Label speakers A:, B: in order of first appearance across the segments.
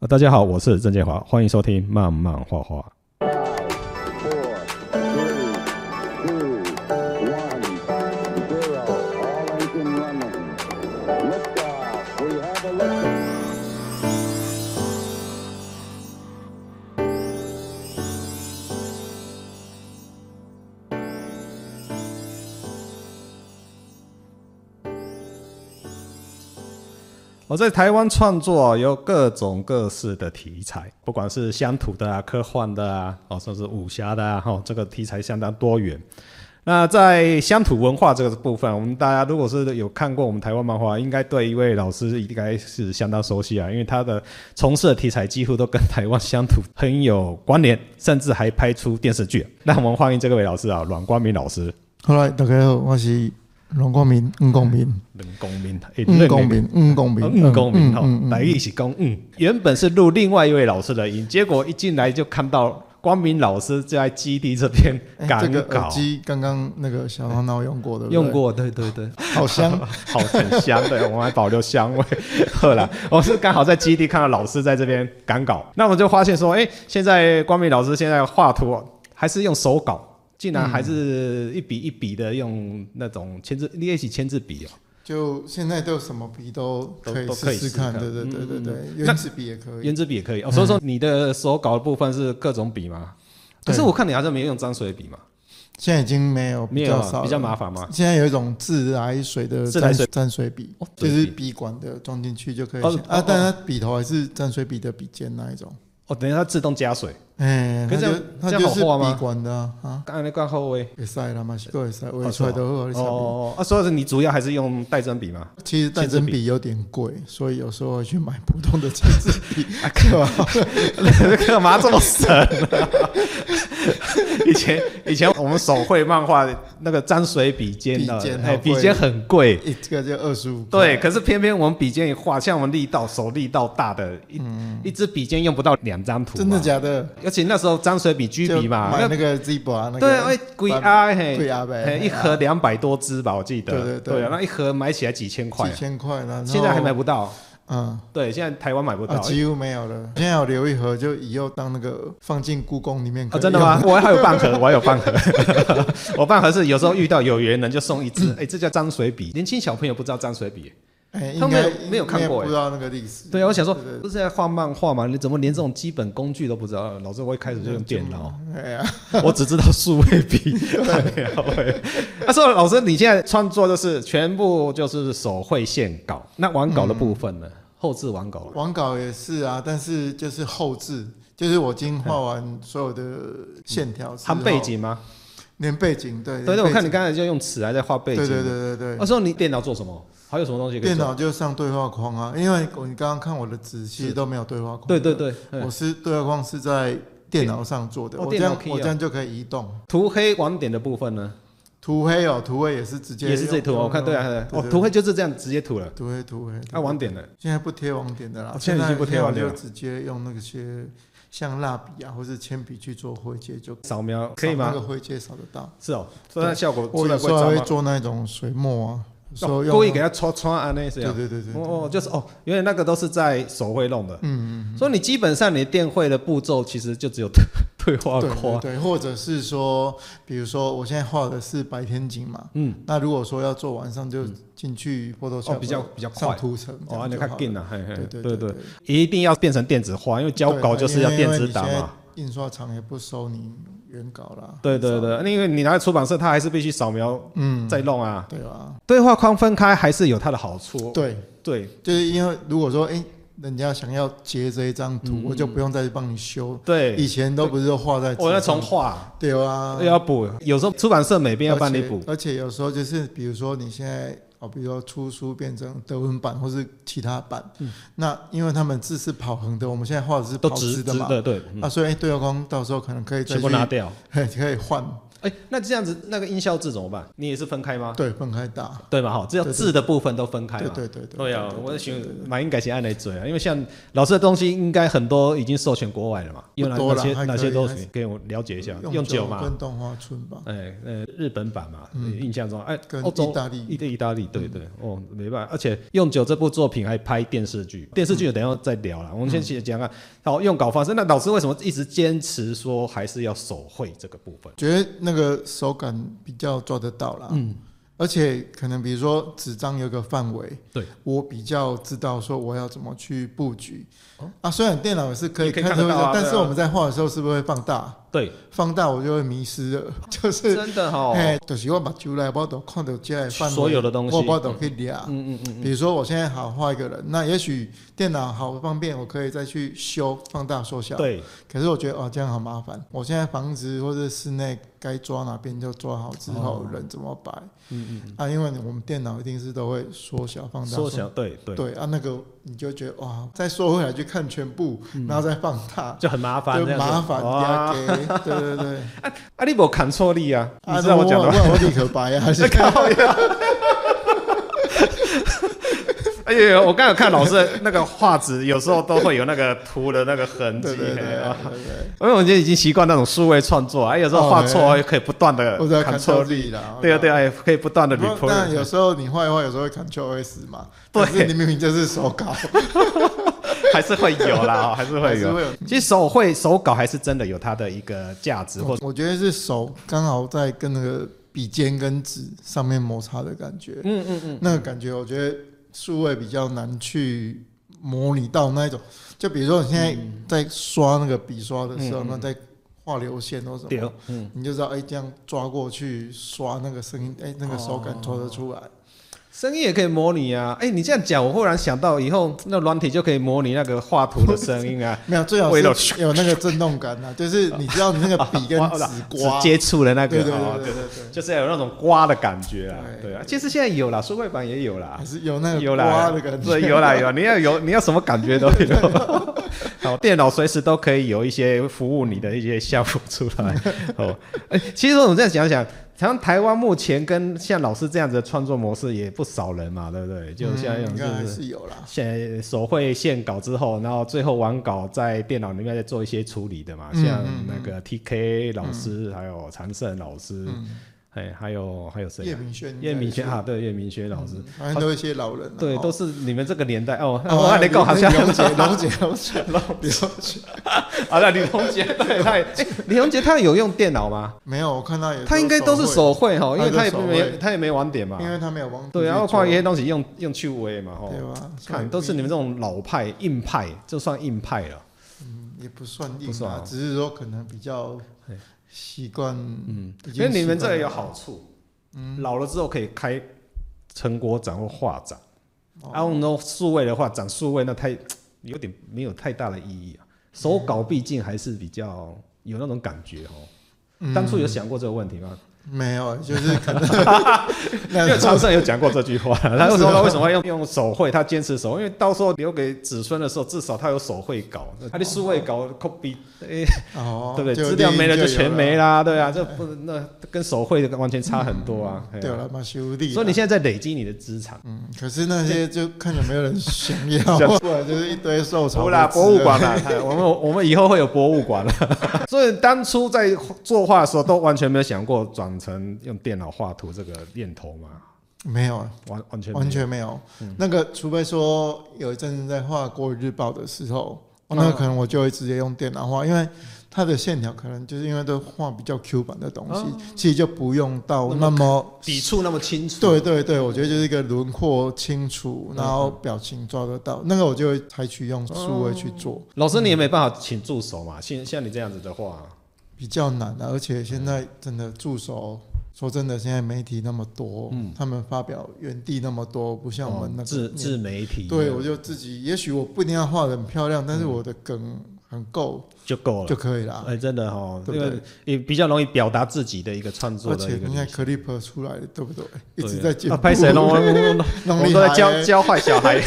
A: 呃，大家好，我是郑建华，欢迎收听《慢慢画画》。
B: Five, four, three, two, one, zero. All engine running. Liftoff. We have a liftoff.
A: 我哦在台湾创作啊有各种各式的题材，不管是乡土的啊、科幻的啊，哦，甚至武侠的啊，哈、这个题材相当多元。那在乡土文化这个部分，我们大家如果是有看过我们台湾漫画，应该对一位老师应该是相当熟悉啊，因为他的从事的题材几乎都跟台湾乡土很有关联，甚至还拍出电视剧。那我们欢迎这位老师啊，阮光明老师，
C: 好来，大家好，我是阮光明，黄光明，
A: 阮光明，哎诶
C: 黄嗯光明，黄光明，
A: 嗯，公民哈，
C: 嗯嗯嗯
A: 来一起公嗯。原本是录另外一位老师的音，结果一进来就看到光明老师在基地这边
C: 哎
A: 赶
C: 这个
A: 稿
C: 耳，机刚刚那个小黄脑用过的，对不对
A: 用，过，对对对，
C: 好香。
A: 好很香，对，我们还保留香味。 好啦，我是刚好在基地看到老师在这边赶稿，那我就发现说，哎，现在光明老师现在画图哦还是用手稿。竟然还
C: 嗯
A: 是一笔一笔的用那种签字，练习签字笔哦。
C: 就现在都什么笔都可以
A: 都都可以试
C: 试试
A: 试看
C: 看，对对对
A: 嗯
C: 对
A: 嗯
C: 对，
A: 那
C: 原子笔也可以
A: 圆。珠笔也可以哦，所以说你的手稿的部分是各种笔吗？可
C: 对
A: 是我看你好像没有用沾水笔嘛，
C: 现在已经没有，
A: 没
C: 比
A: 有
C: 较
A: 啊
C: 少，
A: 比较麻烦嘛。
C: 现在有一种自来水的
A: 自来
C: 沾
A: 水
C: 沾水笔
A: 哦，
C: 就
A: 水
C: 是
A: 笔
C: 笔管的装进去就可以
A: 哦
C: 写
A: 哦
C: 啊
A: 哦，
C: 但它笔头还是沾水笔的笔尖那一种。
A: 哦，等一下它自动加水，
C: 哎，
A: 可是
C: 它就
A: 这样
C: 它
A: 这
C: 就
A: 样好
C: 是
A: 画吗
C: 笔管的啊啊，
A: 刚才那挂后卫。
C: 会使啦嘛，是够会使，画
A: 哦
C: 出来
A: 是吗
C: 都好，你
A: 哦
C: 差不多
A: 哦哦啊，所以说你主要还是用带针笔嘛？
C: 其实带针笔有点贵，所以有时候会去买普通的签字笔。
A: 啊，干 干嘛这么神、啊？以前以前我们手绘漫画那个沾水笔尖的
C: 笔尖，
A: 哎，
C: 好
A: 笔
C: 贵
A: 尖很贵。
C: 一这个就二十五。
A: 对，，可是偏偏我们笔尖一画，像我们力道手力道大的，一、一支笔尖用不到两张图嘛，
C: 嗯真的假的？
A: 而且那时候沾水笔 G 笔嘛，
C: 就
A: 那
C: 买那个 Zebra 那个。
A: 对，哎，贵啊嘿，
C: 贵啊呗
A: 嘿一盒两百多支吧，我记得。
C: 对对对
A: 啊，那一盒买起来几千块啊
C: 几，千块了，然后
A: 现在还买不到。
C: 嗯。
A: 对，现在台湾买不
C: 啊，
A: 到。
C: 几乎没有了。现在有留一盒，就以后当那个放进故宫里面可
A: 啊，
C: 以
A: 真的吗？我还有半 盒，我还有半盒， 我半盒是有时候遇到有缘人就送一支，哎，这叫沾水笔。年轻小朋友不知道沾水笔，
C: 用？哎，
A: 他
C: 应
A: 没有
C: 该
A: 没有看过
C: 应该
A: 哎
C: 不知道那个历史。
A: 对啊，我想说，
C: 对对
A: 不是在画漫画吗？你怎么连这种基本工具都不知道？老师，我一开始就用电脑，
C: 哎呀，
A: 我只知道数位 笔。对啊会那所以老师，你现在创作就是全部就是手绘线稿，那完稿的部分呢？后置完稿了
C: 网稿也是啊，但是就是后置，就是我今画完所有的线条，
A: 含背，景
C: 嗯
A: 吗？
C: 连背景，对，
A: 对对，我
C: 连背
A: 看你
C: 景
A: 刚才就用尺还在画背景。哦
C: 对对对对对。
A: 那时候你电脑做什么？还有什么东西可以
C: 电
A: 做？
C: 脑就上对话框啊，因为我你刚刚看我的纸，其实都没有对话框。
A: 对对，对，嗯
C: 我是对话框是在电脑上做的，
A: 哦
C: 我这
A: 电脑
C: 样
A: 可以啊
C: 我这样就可以移动。
A: 涂黑网点的部分呢，
C: 涂黑哦，涂黑也是直接
A: 也是这
C: 用
A: 涂，
C: 用
A: 我看对啊，对啊
C: 对
A: 哦，
C: 对
A: 涂黑就是这样直接涂了，
C: 涂黑涂黑。对
A: 那网点呢？
C: 现在不贴网点的啦
A: 哦，现在
C: 现
A: 已
C: 在
A: 经不贴网点了
C: 就直接用那个些像蜡笔啊，或是铅笔去做灰阶就
A: 扫描可以
C: 扫那
A: 吗？
C: 个灰阶扫得到。
A: 是哦，所以它效果出
C: 我
A: 来
C: 有
A: 会
C: 时候还
A: 糟
C: 会
A: 吗？
C: 做那种水墨啊，有时候
A: 哦
C: 用
A: 故意给它戳穿啊，那是这
C: 对
A: 样。
C: 对对对对，
A: 哦，就是哦，原来那个都是在手绘弄的，嗯嗯，所以你基本上你电绘的步骤其实就只有对话
C: 对对
A: 框，
C: 对，或者是说，比如说我现在画的是白天景嘛，
A: 嗯，
C: 那如果说要做晚上，就进去 Photoshop、
A: 哦比较比较快
C: 上图层，这
A: 哦，
C: 样
A: 你
C: 就
A: 看
C: 好了
A: 定了，嘿嘿，
C: 对
A: 对
C: 对
A: 对
C: 对，
A: 一定要变成电子化，因为交稿就是要电子档
C: 对因为因为你现
A: 嘛
C: 在。印刷厂也不收你原稿啦，
A: 对对对，因为你拿出版社，它还是必须扫描
C: 嗯，
A: 再弄啊。
C: 对吧？
A: 对话框分开还是有它的好处。
C: 对，
A: 对
C: 就是因为如果说哎、诶人家想要截这一张图，
A: 嗯
C: 我就不用再帮你修。
A: 对，哦
C: 以前都不是都画在纸
A: 我要
C: 上
A: 重画，
C: 对啊，
A: 又要补，有时候出版社每边要帮你
C: 而且
A: 补。
C: 而且有时候就是，比如说你现在哦，比如说出书变成德文版或是其他版，
A: 嗯
C: 那因为他们字是跑横的，我们现在画的是
A: 都
C: 跑
A: 直
C: 的
A: 直
C: 嘛，
A: 的，对，嗯
C: 啊，所以哎对话框到时候可能可以再
A: 全
C: 去
A: 部拿掉。
C: 嘿可以换，
A: 哎、那这样子那个音效字怎么办？你也是分开吗？
C: 对，分开打，
A: 对嘛，好，只有
C: 对对
A: 字的部分都分开
C: 对
A: 嘛。
C: 对对对，
A: 对啊，我想
C: 对对对
A: 蛮应该先按来嘴啊，因为像老师的东西，应该很多已经授权国外了嘛，有哪
C: 不多
A: 哪
C: 啦
A: 些
C: 还可以
A: 哪些都
C: 还是
A: 给我了解一下，
C: 用
A: 酒
C: 酒
A: 嘛，
C: 跟动画村吧，
A: 哎，呃，日本版嘛，印象中，哎，
C: 跟
A: 欧洲
C: 意大利嗯
A: 意大意大利，对对，哦，没办法，而且用九这部作品还拍电视剧，
C: 嗯
A: 电视剧等一下再聊了，我们先先讲看，啊好，用稿方式，那老师为什么一直坚持说还是要手绘这个部分？
C: 觉得那个手感比较抓得到啦。嗯，而且可能比如说纸张有个范围，
A: 对
C: 我比较知道说我要怎么去布局。啊，虽然电脑也是可
A: 哦
C: 以
A: 也可以
C: 看
A: 看得
C: 出来
A: 到啊
C: 但是
A: 对啊
C: 我们在画的时候是不是会放大？
A: 对，
C: 放大我就会迷失
A: 哦
C: 了，就是
A: 真的哦哈，
C: 哎，就是我目睭来，我都看到这个范围，
A: 所有的东西
C: 我我都可以抓。
A: 嗯嗯嗯，
C: 啊比如说我现在好画一个人，那也许电脑好方便，我可以再去修放大缩小。。
A: 对，
C: 可是我觉得哦，这样好麻烦。我现在房子或者室内该抓哪边就抓好，之后人怎么摆？
A: 嗯嗯，
C: 啊，因为我们电脑一定是都会缩小放大
A: 缩小，对对，
C: 对啊，那个你就觉得哇，再缩回来去看全部，然后再放大，
A: 就很嗯麻烦，
C: 就
A: 这样子
C: 麻烦
A: 哇
C: 压给。对对 对。
A: 啊，你不砍错力啊，你
C: 啊
A: 知道我讲的吗？
C: 那我我立刻白 啊，还是看
A: 而且哎我刚有看老师的那个画质，有时候都会有那个图的那个痕迹。
C: 对对对
A: 嘿啊
C: 对对
A: 因为我们今天已经习惯那种数位创作，哎，有时候画错又可以不断的
C: 对，或者
A: Ctrl
C: Ctrl Z 啦，
A: 对啊对啊，也可以不断的
C: 不过。但
A: report。
C: 有时候你画一画，有时候会 Ctrl S 嘛，
A: 对
C: 可是你明明就是手稿，
A: 还是会有啦， 哦还是
C: 还
A: 会
C: 是
A: 有。
C: 会有。
A: 其实手绘手稿还是真的有它的一个价值，或
C: 我我觉得是手刚好在跟那个笔尖跟纸上面摩擦的感觉，
A: 嗯嗯嗯，
C: 那个感觉我觉得数位比较难去模拟到那一种。就比如说你现在在刷那个笔刷的时候，
A: 嗯嗯
C: 那在画流线或什
A: 对
C: 么，，
A: 嗯，
C: 你就知道哎、这样抓过去刷那个声音，哎、那个手感抓得出来。
A: 哦声音也可以模拟啊。哎，你这样讲，我忽然想到以后那软体就可以模拟那个画图的声音 啊，
C: 没有，最好
A: 味道
C: 是有那个震动感啊，就是你知道你那个笔跟
A: 哇
C: 纸
A: 哇
C: 刮，
A: 接触的那个，
C: 对对对
A: 哦
C: 对对对对，
A: 就是要有那种刮的感觉啊。
C: 对
A: 对啊，其实现在有啦，数位版也有啦
C: 还，是有那
A: 有
C: 个
A: 啦，
C: 刮的感觉，
A: 对，有啦有啦，你要 有你要什么感觉都有。 好，电脑随时都可以有一些服务你的一些效果出 来。哦，哎、其实我们这样想想，像台湾目前跟像老师这样子的创作模式也不少人嘛，对不对？就像那种
C: 嗯应
A: 就
C: 该还
A: 是
C: 是有啦。
A: 现在手绘线稿之后，然后最后完稿在电脑里面再做一些处理的嘛，
C: 嗯
A: 像
C: 嗯
A: 那个 TK 老师，还有常胜老师，
C: 嗯，
A: 哎，还有还有谁、
C: 叶
A: 啊？
C: 明轩，
A: 叶明轩，啊，对，叶明轩老师，
C: 好嗯像都一些老人啊，
A: 对，
C: 哦
A: 都是你们这个年代哦。
C: 哦
A: 我你讲好像
C: 龙姐，龙姐，龙姐，龙姐，
A: 啊，那李红杰对，他也哎，李红杰他有用电脑吗？
C: 没有，我看到也
A: 他应该都是手绘哈，因为他也
C: 他都手
A: 没
C: 绘
A: 他也没玩点嘛
C: 绘，。因为他没有帮，
A: 对啊，我看一些东西用用趣味嘛吼
C: 对。吧？
A: 看都是你们这种老派硬派，就算硬派了。
C: 嗯，也不算
A: 不
C: 硬
A: 算
C: 啊
A: 啊，
C: 只是说可能比较
A: 对
C: 习惯，
A: 嗯，
C: 已
A: 因为
C: 经
A: 你们这个有
C: 习嗯
A: 好处，老了之后可以开成果展或画展。
C: 惯了，
A: 啊，我们都数位的话，展数位那太有点没有太大的意义啊。手稿毕竟还是比较有那种感觉哦。
C: 嗯
A: 当初有想过这个问题吗？
C: 没有，就是可 能
A: 因
C: 那
A: 为
C: 时候
A: 常胜有讲过这句 话，他就说
C: 啊
A: 他为什么要用手绘，他坚持手，绘，因为到时候留给子孙的时候，至少他有手绘稿，他的数位稿 copy，、诶
C: 哦，
A: 对不对？
C: 就
A: 资料没了
C: 就
A: 就全没
C: 了。嗯
A: 啦，对啊，这不那跟手绘的完全差很多啊。哎呀
C: 对了嘛，修理啦。
A: 所以你现在在累积你的资产。
C: 嗯，可是那些就看有没有人想
A: 想
C: 要，不然就是一堆受啊潮
A: 不
C: 的
A: 啦，
C: 字
A: 博物馆啦，哎 我们我们以后会有博物馆了。 所以当初在作画的时候，都完全没有想过转成用电脑画图这个念头嘛，
C: 没有，啊
A: 完完全没有
C: 完全没有。
A: 嗯
C: 那个除非说有一阵子在画《国语日报》的时候，哦那
A: 嗯
C: 可能我就会直接用电脑画，因为它的线条可能就是因为都画比较 Q 版的东西，其实就不用到
A: 哦那
C: 那么。
A: 笔触那么清楚。
C: 对对对，我觉得就是一个轮廓清楚，然后表情抓得到，那个我就会采取用数位去做。
A: 老师，你也没办法请助手嘛？像像你这样子的话，
C: 比较难啊，而且现在真的助手，说真的，现在媒体那么多，
A: 嗯
C: 他们发表原地那么多，不像我们那
A: 哦
C: 个
A: 自
C: 年
A: 自媒体，
C: 对，我就自己，也许我不一定要画的很漂亮，但是我的梗很够
A: 就够
C: 就
A: 了。
C: 可以啦。
A: 哎，真的哦，
C: 对
A: 因
C: 不对
A: 为也比较容易表达自己的一个创作
C: 而
A: 的
C: 且
A: 一个
C: 你
A: 理
C: 看
A: 想。
C: Clip 出来的，对不对？一
A: 对
C: 直
A: 啊
C: 在进
A: 啊
C: 步，
A: 拍谁呢？ 我们我们 我
C: 弄
A: 们
C: 厉
A: 都在
C: 害
A: 教
C: 欸
A: 教坏小 孩。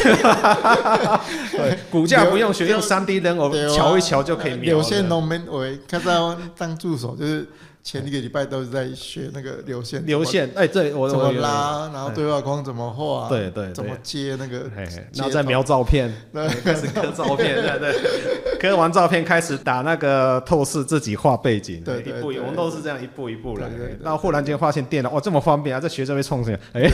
A: 对，骨架不用学，用三 D 人偶
C: 对啊
A: 瞧一瞧就可以描了。
C: 呃有些农民为，看到当助手就是前一个礼拜都是在学那个流线，
A: 流线，哎，对我
C: 怎么
A: 我有
C: 拉，然后对话框怎么画，
A: 哎对对对
C: 怎么接那个
A: 嘿嘿，
C: 接
A: 然后再
C: 头
A: 瞄照片，
C: 对
A: 开始刻照片，对对，刻完照片开始打那个透视，自己画背景，
C: 对对
A: 一步一步，
C: 对
A: 我们都是这样一步一步来
C: 对对对。对
A: 然后忽然间发现电脑哇这么方便啊，这学这会冲什么？哎，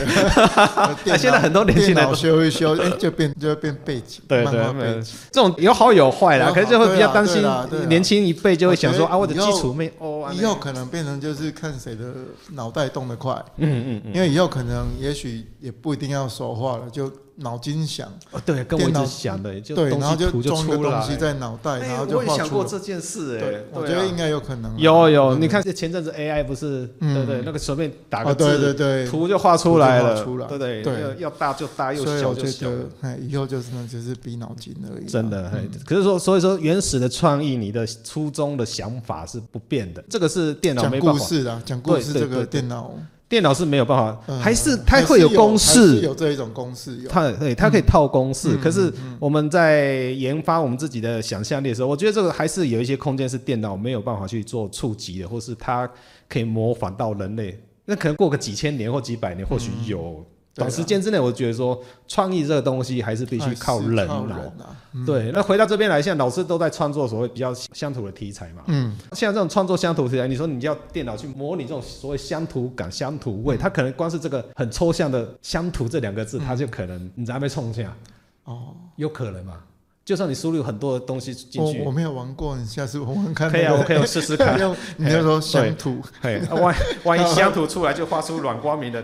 C: 呃电 脑
A: 现在很多年轻人
C: 电脑
A: 都
C: 修一修，哎，就变就变背景，
A: 对
C: 漫
A: 对，
C: 画
A: 没
C: 背
A: 有
C: 景。
A: 这种有好有坏啦，
C: 有好
A: 可是就会比较担心
C: 对啊啦对啦对啦
A: 年轻一辈就会想说啊，我
C: 我
A: 的
C: 觉
A: 基
C: 得以后
A: 础没哦，
C: 以后可能变成就是看谁的脑袋动得快，
A: 嗯嗯嗯
C: 因为以后可能也许也不一定要手画了，就脑筋想，
A: 哦，对，跟我一
C: 电
A: 直
C: 脑
A: 想的，就
C: 对，
A: 东
C: 然后
A: 西
C: 就
A: 图
C: 装一个
A: 出啊来
C: 东。西在脑袋，然
A: 哎
C: 后，就
A: 我也
C: 画
A: 想过
C: 出来。
A: 这件事，哎
C: 对，，我
A: 对
C: 觉得
A: 啊
C: 应该有可能啊。
A: 有有，
C: 对
A: 你看这前阵子 AI 不是，
C: 嗯
A: 对对，那个随便打
C: 哦
A: 个
C: 对对
A: 字，
C: 对，
A: 图就画出来
C: 图
A: 了，
C: 就画出来
A: 对对，
C: 对
A: 要要大就大，又
C: 所以
A: 小
C: 我
A: 就
C: 觉
A: 小，
C: 得，哎，以后就是呢，就是比脑筋而已啦。
A: 真的。嘿
C: 嗯
A: 可是说，所以说原始的创意，你的初衷的想法是不变的，这个是电脑
C: 讲
A: 没办
C: 故
A: 法，
C: 事啊，讲故
A: 对
C: 事
A: 对
C: 这
A: 对
C: 个
A: 对
C: 电脑
A: 电脑是没有办法，
C: 嗯
A: 还是它
C: 还
A: 会
C: 有
A: 公
C: 还是
A: 式，
C: 有这一种公式有。
A: 它对它可以套公式，
C: 嗯
A: 可是
C: 嗯嗯
A: 我们在研发我们自己的想象力的时候，我觉得这个还是有一些空间是电脑没有办法去做触及的，或是它可以模仿到人类。那可能过个几千年或几百年，或许有。
C: 对啊
A: 短时间之内，我觉得说创意这个东西还是必须靠人
C: 啊靠
A: 脑。
C: 人啊，嗯，
A: 对，那回到这边来，现在老师都在创作所谓比较乡土的题材嘛。
C: 嗯，
A: 像这种创作乡土题材，你说你要电脑去模拟这种所谓乡土感、乡土
C: 嗯
A: 味，它可能光是这个很抽象的“乡土”这两个字，它就可能你还没冲下，
C: 哦，
A: 有可能嘛？就算你输入很多的东西进
C: 我
A: 去
C: 哦我，没有玩过，你下次玩玩看。
A: 可以啊，我可以试试看。
C: 用你就说乡土，
A: 嘿， 啊万万一乡土出来就画出阮光明的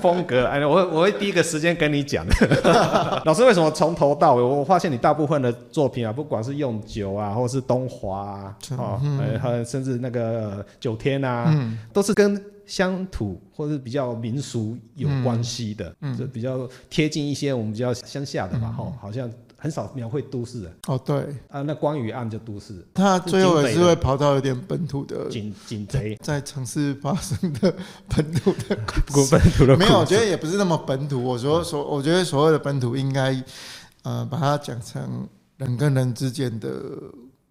A: 风格， 哎，我会我会第一个时间跟你讲 的。老师，为什么从头到尾，我发现你大部分的作品啊，不管是用酒啊，或是东华啊，哦，呃还有甚至那个九天啊，
C: 嗯
A: 都是跟乡土或是比较民俗有
C: 嗯
A: 关系的，就比较贴近一些我们比较乡下的嘛，
C: 嗯
A: 哈、好像很少描绘都市的
C: 哦，对，
A: 啊。那关羽案就都市，
C: 他最后也是会跑到有点本土的，
A: 警警 贼，
C: 在城市发生的本土的嗯故事。
A: 本土
C: 没有，我觉得也不是那么本土。我说所，我觉得所谓的本土，应该呃把它讲成人跟人之间的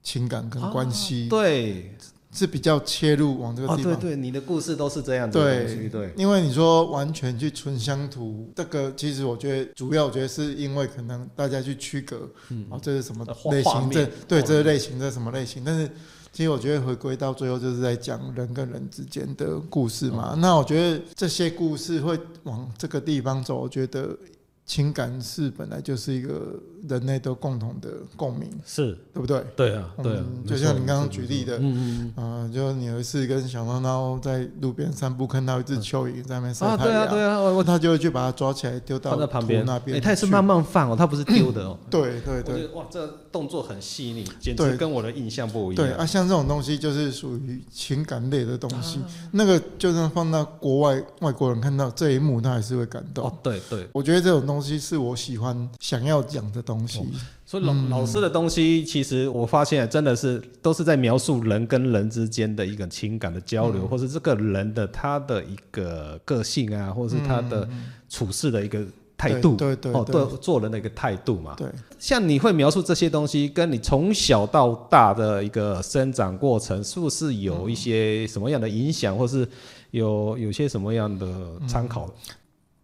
C: 情感跟关系，
A: 对。
C: 是比较切入往这个
A: 哦，
C: 地
A: 对
C: 方
A: 对，你的故事都是这样子的东西，
C: 对
A: 对，
C: 因为你说完全去纯乡土，这个其实我觉得主要我觉得是因为可能大家去区隔，
A: 嗯
C: 哦，这是什么
A: 画
C: 类
A: 画
C: 型？
A: 面
C: 这对
A: 画
C: 这是类型，这是什么类型？但是其实我觉得回归到最后就是在讲人跟人之间的故事嘛。
A: 嗯
C: 那我觉得这些故事会往这个地方走，我觉得情感是本来就是一个人类都共同的共鸣，
A: 是，
C: 对不对？
A: 对啊
C: 嗯就像你刚刚举例的，
A: 嗯嗯
C: 嗯、就你有一次跟小闹闹在路边散步，看到一只蚯蚓在那边晒
A: 啊，
C: 太
A: 对啊
C: 阳，
A: 对啊，我
C: 然后
A: 我
C: 他就会去把它抓起来丢到
A: 放在旁边
C: 土那
A: 哎，
C: 边。
A: 它也是慢，慢放哦，它不是丢的哦。
C: 对对
A: 我觉
C: 对
A: 得哇，这动作很细腻，简直
C: 对
A: 跟我的印象不一
C: 对
A: 样。
C: 啊，像这种东西就是属于情感类的东西，
A: 啊
C: 那个就算放到国外外国人看到这一幕，他还是会感动。
A: 哦，对对，
C: 我觉得这种东西是我喜欢想要讲的东
A: 哦
C: 西。
A: 所以老
C: 嗯
A: 老师的东西，其实我发现真的是都是在描述人跟人之间的一个情感的交
C: 嗯
A: 流，或是这个人的他的一个个性啊，或是他的处事的一个态度，
C: 嗯对对对
A: 哦，
C: 对
A: 对，哦做人的一个态度嘛。
C: 对，
A: 像你会描述这些东西，跟你从小到大的一个生长过程，是不是有一些什么样的影响，或是有有些什么样的参考？
C: 嗯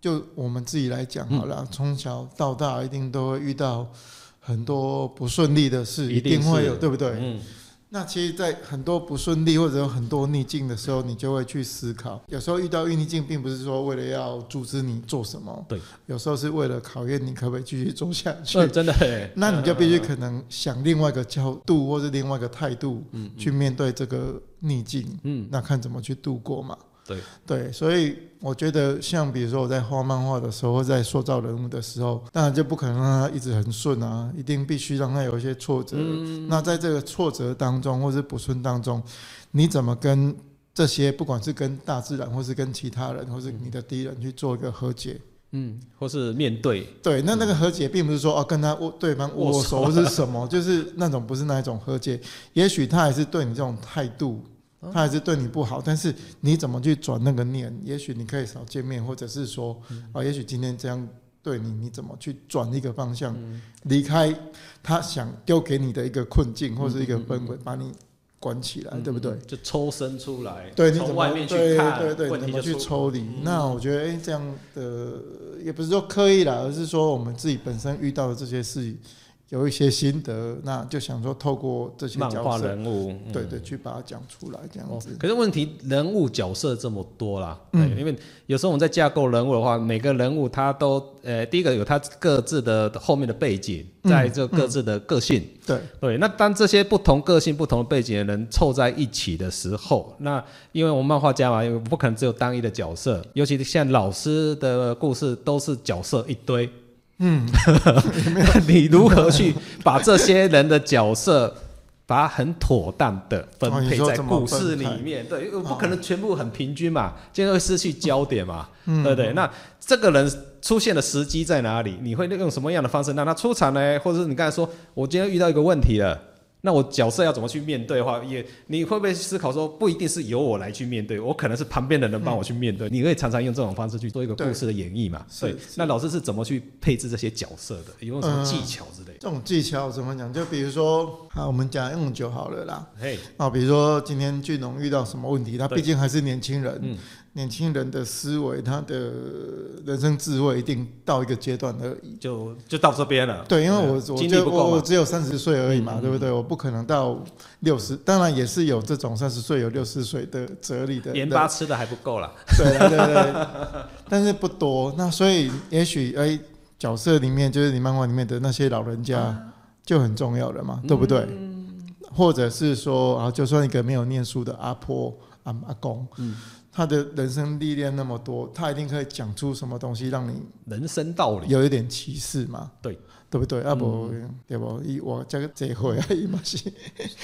C: 就我们自己来讲
A: 嗯
C: 好了，从小到大一定都会遇到很多不顺利的事，
A: 一
C: 一
A: 定
C: 定会
A: 是
C: 有，对不对？
A: 嗯，
C: 那其实，在很多不顺利或者有很多逆境的时候，你就会去思考。有时候遇到逆境，并不是说为了要阻止你做什么，
A: 对，
C: 有时候是为了考验你可不可以继续做下去。
A: 呃真的耶，
C: 那你就必须
A: 嗯
C: 可能想另外一个角度或是另外一个态度去面对这个逆境，
A: 嗯，
C: 那看怎么去度过嘛。
A: 对
C: 对，所以我觉得，像比如说我在画漫画的时候，或在塑造人物的时候，当然就不可能让他一直很顺啊，一定必须让他有一些挫
A: 嗯
C: 折。那在这个挫折当中，或是不顺当中，你怎么跟这些，不管是跟大自然，或是跟其他人，或是你的敌人去做一个和解？
A: 嗯，或是面对，
C: 对，那那个和解并不是说哦跟他握对方握手或是什么，就是那种不是那一种和解。也许他还是对你这种态度，他还是对你不好，但是你怎么去转那个念？也许你可以少见面，或者是说啊、哦也许今天这样对你，你怎么去转一个方向，离开他想丢给你的一个困境或是一个氛围，把你关起
A: 嗯
C: 来，啊对不对？
A: 就抽身出来，
C: 对，你怎
A: 从
C: 么
A: 外面去
C: 对
A: 看，
C: 对对，
A: 问
C: 你
A: 题
C: 怎
A: 就出嗯
C: 么去抽离？那我觉得，哎，这样的也不是说刻意啦，而是说我们自己本身遇到的这些事情有一些心得，那就想说透过这些
A: 漫画
C: 角色，
A: 人物，嗯
C: 对对，去把它讲出来，这样
A: 哦
C: 子。
A: 可是问题，人物角色这么多啦，嗯，因为有时候我们在架构人物的话，每个人物他都，呃，第一个有他各自的后面的背景，
C: 嗯
A: 在这各自的个性，
C: 对，
A: 对。那当这些不同个性、不同背景的人凑在一起的时候，那因为我们漫画家嘛，因为不可能只有单一的角色，尤其像老师的故事都是角色一堆，
C: 嗯，
A: 那 你如何去把这些人的角色，把它很妥当的分
C: 哦你
A: 配
C: 说
A: 在
C: 哦怎么
A: 故
C: 分
A: 事里
C: 开
A: 面？对，因为不可能全部很平均嘛，这样会失去焦点嘛，
C: 嗯
A: 对不对？那这个人出现的时机在哪里？你会用什么样的方式让他出场呢？或者是你刚才说，我今天遇到一个问题了。那我角色要怎么去面对的话，也你会不会思考说，不一定是由我来去面对，我可能是旁边的人帮我去面对。你会常常用这种方式去做一个故
C: 对
A: 事的演绎嘛？
C: 是
A: 对，那老师是怎么去配置这些角色的？有没有什么
C: 嗯
A: 技巧之类的？
C: 这种技巧怎么讲？就比如说，啊，我们讲用酒好了啦，
A: 嘿，
C: 啊，比如说今天俊龙遇到什么问题，他
A: 对
C: 毕竟还是年轻人，
A: 嗯
C: 年轻人的思维，他的人生智慧一定到一个阶段而已。
A: 就就到这边了。
C: 对，因为
A: 对
C: 我
A: 啊精
C: 我
A: 力
C: 就
A: 不够
C: 我我
A: 嘛。嗯
C: 只有三十岁而已嘛，对不对？我不可能到六十，当然也是有这种三十岁有六十岁的哲理的
A: 盐
C: 人
A: 巴吃的还不够啦，
C: 对啊对对，但是不多。那所以也许哎，角色里面就是你漫画里面的那些老人家就很重要了嘛，对不对？
A: 嗯
C: 或者是说啊，就算一个没有念书的阿婆、阿阿公，
A: 嗯
C: 他的人生历练那么多，他一定可以讲出什么东西让你
A: 人生道理。
C: 有一点歧视嘛？
A: 对，嗯
C: 对不对？阿婆、对不？以我这个这回啊，伊嘛是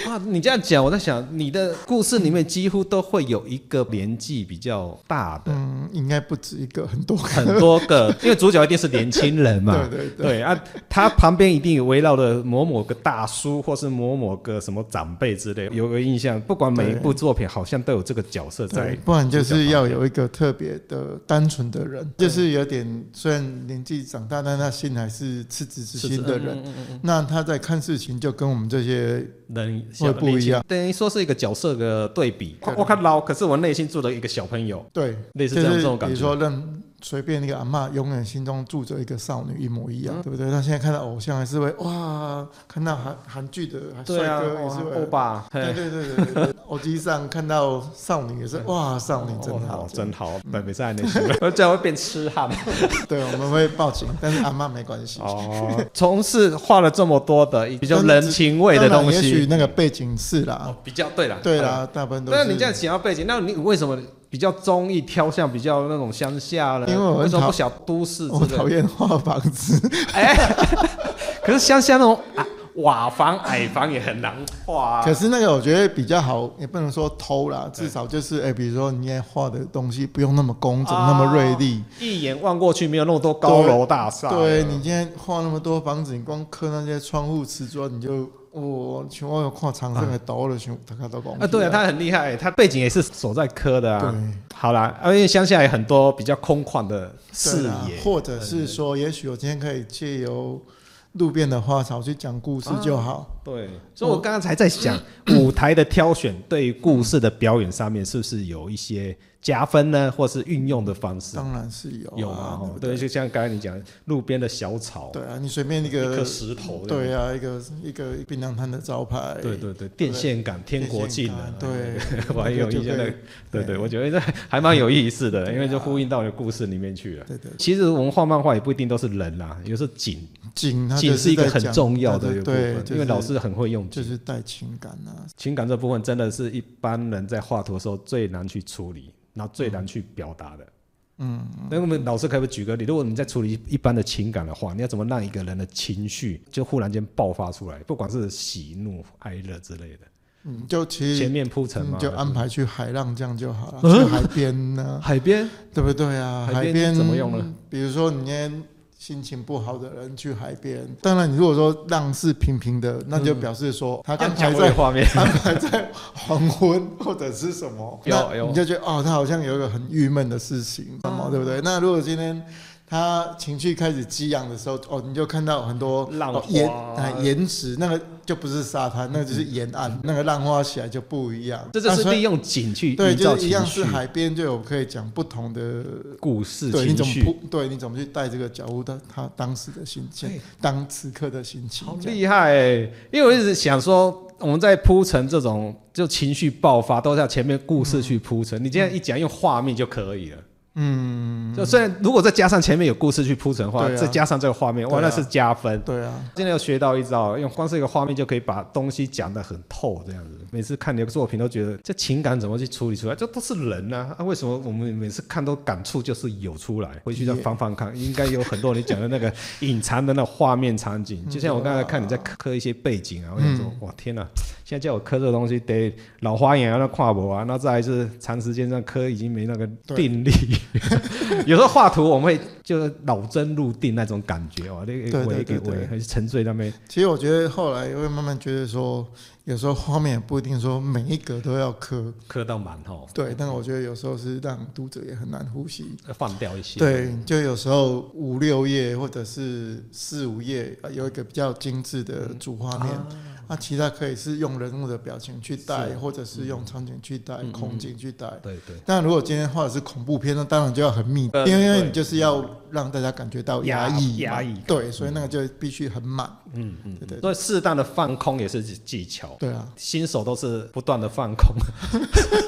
A: 啊，你这样讲，我在想，你的故事里面几乎都会有一个年纪比较大的，
C: 嗯，应该不止一个，很多个。
A: 很多个， 因为主角一定是年轻人嘛。
C: 对对对，
A: 对啊，他旁边一定有围绕着某某个大叔，或是某某个什么长辈之类，有个印象。不管每一部作品，好像都有这个角色在
C: 对，。不然就是要有一个特别的单纯的人，就是有点虽然年纪长大，但他心还是赤子之心的人。
A: 嗯
C: 那他在看事情就跟我们这些
A: 人
C: 会不一样，
A: 等于说是一个角色的对比。
C: 对
A: 我看老，可是我内心住了一个小朋友，
C: 对，
A: 类似
C: 就
A: 这样这
C: 是
A: 种
C: 比
A: 感
C: 如
A: 觉。
C: 说让随便一个阿嬷永远心中住着一个少女一模一
A: 嗯
C: 样，对不对？他现在看到偶像还是会哇，看到韩韩剧的帅
A: 对啊，
C: 哥也是会
A: 欧。巴，
C: 对哎对对对对，对偶机上看到少女也是哇，少女真好嗯
A: 哦，真好，对，没在内心， 我这样会变痴汉。
C: 对，我们会报警，但是阿嬷没关系。
A: 哦，从事画了这么多的比较人情味的
C: 当然
A: 东
C: 也许
A: 西，
C: 那个背景是啦
A: 哦，，比较对啦，
C: 对啦，大部分都是。
A: 那你这样想要背景，那你为什么比较中意挑向比较那种乡下呢？
C: 因为我很
A: 为什么
C: 讨
A: 不小都市
C: 我
A: 之类
C: 讨
A: 的？
C: 厌画房子，
A: 哎， 可是乡下那种啊瓦房、矮房也很难画啊
C: 可。是那个我觉得比较好，也不能说偷啦，至少就是哎、比如说你也画的东西不用那么工整，
A: 啊
C: 那么锐利。
A: 一眼望过去，没有那么多高楼大厦。
C: 对你今天画那么多房子，你光刻那些窗户瓷砖，你就我像我有看长生的倒了，像大家都讲
A: 啊，对啊，他很厉害，他背景也是所在科的啊。好啦，而且乡下也很多比较空旷的视
C: 对啊啦
A: 野，
C: 或者是说，也许我今天可以借由路边的花草去讲故事就好。
A: 对，所以我刚刚才在 想，舞台的挑选对于故事的表演上面是不是有一些加分呢，或是运用的方式？
C: 当然是有、啊，
A: 有嘛？
C: 对
A: 哦
C: 不
A: 对，就像刚才你讲，路边的小草，
C: 对啊，你随便一
A: 一颗
C: 个
A: 石头，
C: 对啊，一个一个槟榔摊的招牌，
A: 对对对，电线杆、天国镜啊，
C: 电线杆对
A: 我还有
C: 那个就
A: 印象那个
C: 可以，
A: 对
C: 对
A: 对，我觉得这还蛮有意思的，因为就呼应到你的故事里面去了。
C: 对对，
A: 其实我们画漫画也不一定都是人啦，有时候景
C: 景它
A: 景
C: 就是
A: 一个
C: 在
A: 很
C: 讲
A: 重要的一个
C: 对
A: 部分
C: 对，，就是
A: 因为老师很会用景
C: 就。是带情感啊，
A: 情感这部分真的是一般人在画图的时候最难去处理，然后最难去表达的。嗯，那我们老师可不可以举个例？如果你在处理一般的情感的话，你要怎么让一个人的情绪就忽然间爆发出来？不管是喜怒哀乐之类的，
C: 嗯，就其
A: 前
C: 实
A: 面铺陈嘛
C: 你，就安排去海浪这样就好了，
A: 嗯
C: 去海边啊呢，
A: 海边
C: 对不对啊？
A: 海边
C: 海边
A: 怎么用呢？
C: 比如说你今天。心情不好的人去海边，当然你如果说浪是平平的，那就表示说他啊刚才
A: 讲
C: 在
A: 的画面，
C: 安排在黄昏或者是什么，
A: 有
C: 那
A: 有嗯
C: 你就觉得哦，他好像有一个很郁闷的事情，什么对不对？那如果今天他情绪开始激昂的时候，哦，你就看到很多
A: 浪花
C: 哦、岩啊岩石那个就不是沙滩，那个就是沿岸，那个浪花起来就不一样。
A: 这就
C: 啊
A: 是
C: 所以
A: 利用景去
C: 对，
A: 营造
C: 就是
A: 情
C: 一样
A: 绪
C: 是、海边，就有可以讲不同的
A: 故事、
C: 对，你
A: 情
C: 怎么
A: 绪。
C: 铺？对，你怎么去带这个角度到他当时的心情
A: 哎，
C: 当此刻的心情
A: 好？
C: 这样
A: 厉害、欸！因为我一直想说，我们在铺陈这种就情绪爆发，都是要前面故事去铺
C: 嗯
A: 陈。你今天一讲用画面就可以了。嗯，就虽然如果再加上前面有故事去铺陈的话，
C: 对啊
A: 再加上这个画面，哇，
C: 对啊
A: 那是加分。
C: 对啊，
A: 今天又学到一招，用光是一个画面就可以把东西讲得很透，这样子。每次看你的作品都觉得这情感怎么去处理出来，这都是人啊。啊，为什么我们每次看都感触就是有出来？回去再翻翻看，应该有很多你讲的那个隐藏的那画面场景。就像我刚才看你在刻一些背景啊，我想说，哇天哪、现在叫我刻这个东西得老花眼啊，那跨博啊，那再来是长时间上刻已经没那个
C: 对
A: 定力。 有时候画图我们会就是老真入定那种感觉哦，那
C: 对
A: 个围
C: 对
A: 给
C: 对对
A: 围，还是沉醉在那边。
C: 其实我觉得后来会慢慢觉得说，有时候画面也不一定说每一格都要刻，
A: 磕到满哦吼，
C: 对，但我觉得有时候是让读者也很难呼吸。
A: 放掉一些。，
C: 对，就有时候五六页或者是四五页呃有一个比较精致的
A: 嗯
C: 主画面，
A: 啊
C: 那、其他可以是用人物的表情去带，或者是用场景去
A: 嗯
C: 带，空景去带。
A: 对对，
C: 但如果今天画的是恐怖片，那当然就要很密，
A: 呃
C: 因为因为
A: 对
C: 你就是要让大家感觉到
A: 压
C: 压抑
A: 压
C: 嘛
A: 抑感嗯
C: 对，所以那个就必须很满，嗯嗯，对对对
A: 所以适当的放空也是技巧。
C: 对啊，
A: 新手都是不断的放空，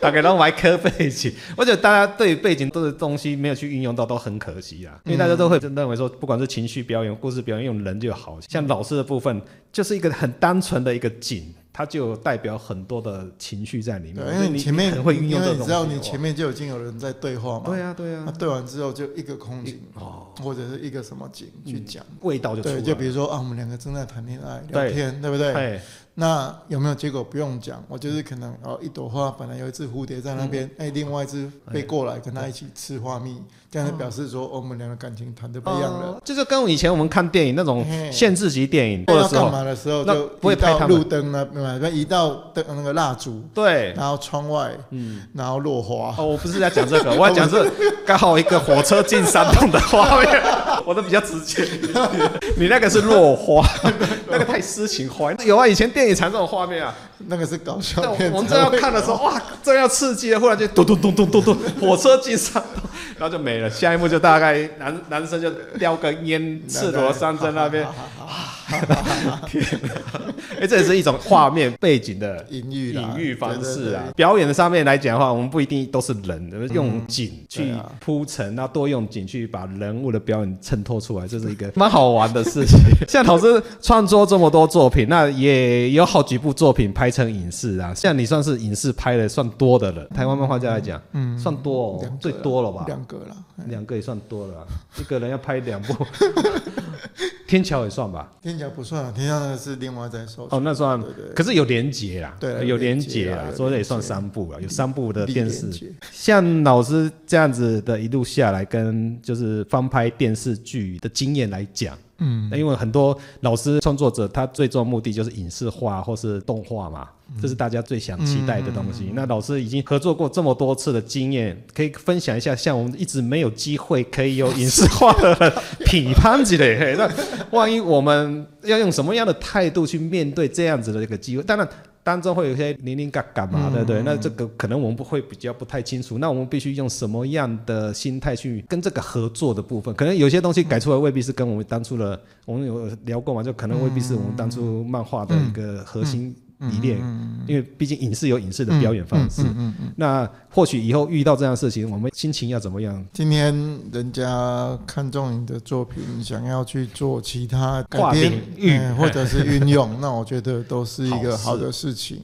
A: 大概都埋磕背景，我觉得大家对于背景这个东西没有去运用到，都很可惜啦。因
C: 嗯
A: 为大家都会认为说，不管是情绪表演、故事表演，用人就好。像老师的部分，就是一个很单纯的一个景，它就有代表很多的情绪在里面。
C: 对，
A: 所
C: 因
A: 以
C: 为你前面
A: 很会运用
C: 因
A: 这
C: 为
A: 种，
C: 你知道你前面就已经有人在对话嘛，
A: 对啊哦对
C: 那
A: 啊，
C: 对完之后就一个空景，或者是一个什么景去
A: 嗯
C: 讲。
A: 味道就出来
C: 对，
A: 了。
C: 就比如说啊，我们两个正在谈恋爱聊
A: 对
C: 天，对不对？
A: 哎
C: 那有没有结果不用讲，我就是可能哦，一朵花本来有一只蝴蝶在那边，哎，另外一只飞过来跟它一起吃花蜜，这样就表示说哦我们两个感情谈的不一样了。
A: 哦这就跟以前我们看电影那种
C: 嘿
A: 限制级电影
C: 要
A: 的时
C: 干
A: 候，
C: 嘛的时候
A: 那
C: 就
A: 不会
C: 移
A: 拍
C: 到
A: 他们
C: 路灯那边嘛，移到灯那个蜡烛，
A: 对，
C: 然后窗外，然后落花。
A: 哦，我不是在讲这个， 我要讲是刚好一个火车进山洞的画面， 我都比较直接。 你那个是落花， 那个太诗情画意。有啊，以前电影常这种画 面啊。
C: 那个是搞笑
A: 但
C: 片才会有。
A: 我们正要看的时候，哇，正要刺激了，忽然就咚咚咚咚咚咚，火车进山洞，然后就没了。下一幕就大概男男生就叼根 烟，赤裸上身那边。天哪！哎、这也是一种画面背景的
C: 隐喻啦
A: 隐喻方式
C: 对对
A: 啊
C: 对。
A: 表演上面来讲的话，我们不一定都是人，我们用景
C: 对
A: 去
C: 啊
A: 铺陈，那多用景去把人物的表演衬托出来，这是一 个蛮好玩的事情。 像老师创作这么多作品，那也有好几部作品拍成影视啊。像你算是影视拍的算多的了，台湾漫画家来讲，嗯，算多哦
C: 两个啦，
A: 最多了吧？
C: 两个哎啦，
A: 两个也算多了啊、一个人要拍两部， 天桥也算吧。
C: 天桥不算了，天桥那个是另外再说。
A: 哦，那算，可是有连结啦，
C: 对啊
A: 有
C: 有
A: 连
C: 连
A: 结
C: 结
A: 啦
C: 啦，
A: 所以
C: 有
A: 也
C: 连
A: 算
C: 结
A: 三部啊了，有三部的
C: 立
A: 电
C: 连
A: 视
C: 结。
A: 像老师这样子的一路下来，跟就是翻拍电视剧的经验来讲，嗯，因为很多老师创作者他最终目的就是影视化或是动画嘛，这是大家最想期待的东西。那老师已经合作过这么多次的经验，可以分享一下，像我们一直没有机会可以有影视化的人 批判之类，嘿那万一我们要用什么样的态度去面对这样子的一个机会？当然。当中会有一些零零嘎嘎嘛，对不对？那这个可能我们不会比较不太清楚，那我们必须用什么样的心态去跟这个合作的部分？可能有些东西改出来未必是跟我们当初的，我们有聊过嘛，就可能未必是我们当初漫画的一个核心理念，因为毕竟影视有影视的表演方式。那或许以后遇到这样的事情，我们心情要怎么样？
C: 今天人家看中你的作品，想要去做其他改
A: 挂
C: 编
A: 饼玉
C: 哎或者是 运用，那我觉得都是一个
A: 好
C: 好
A: 事嗯
C: 的事情。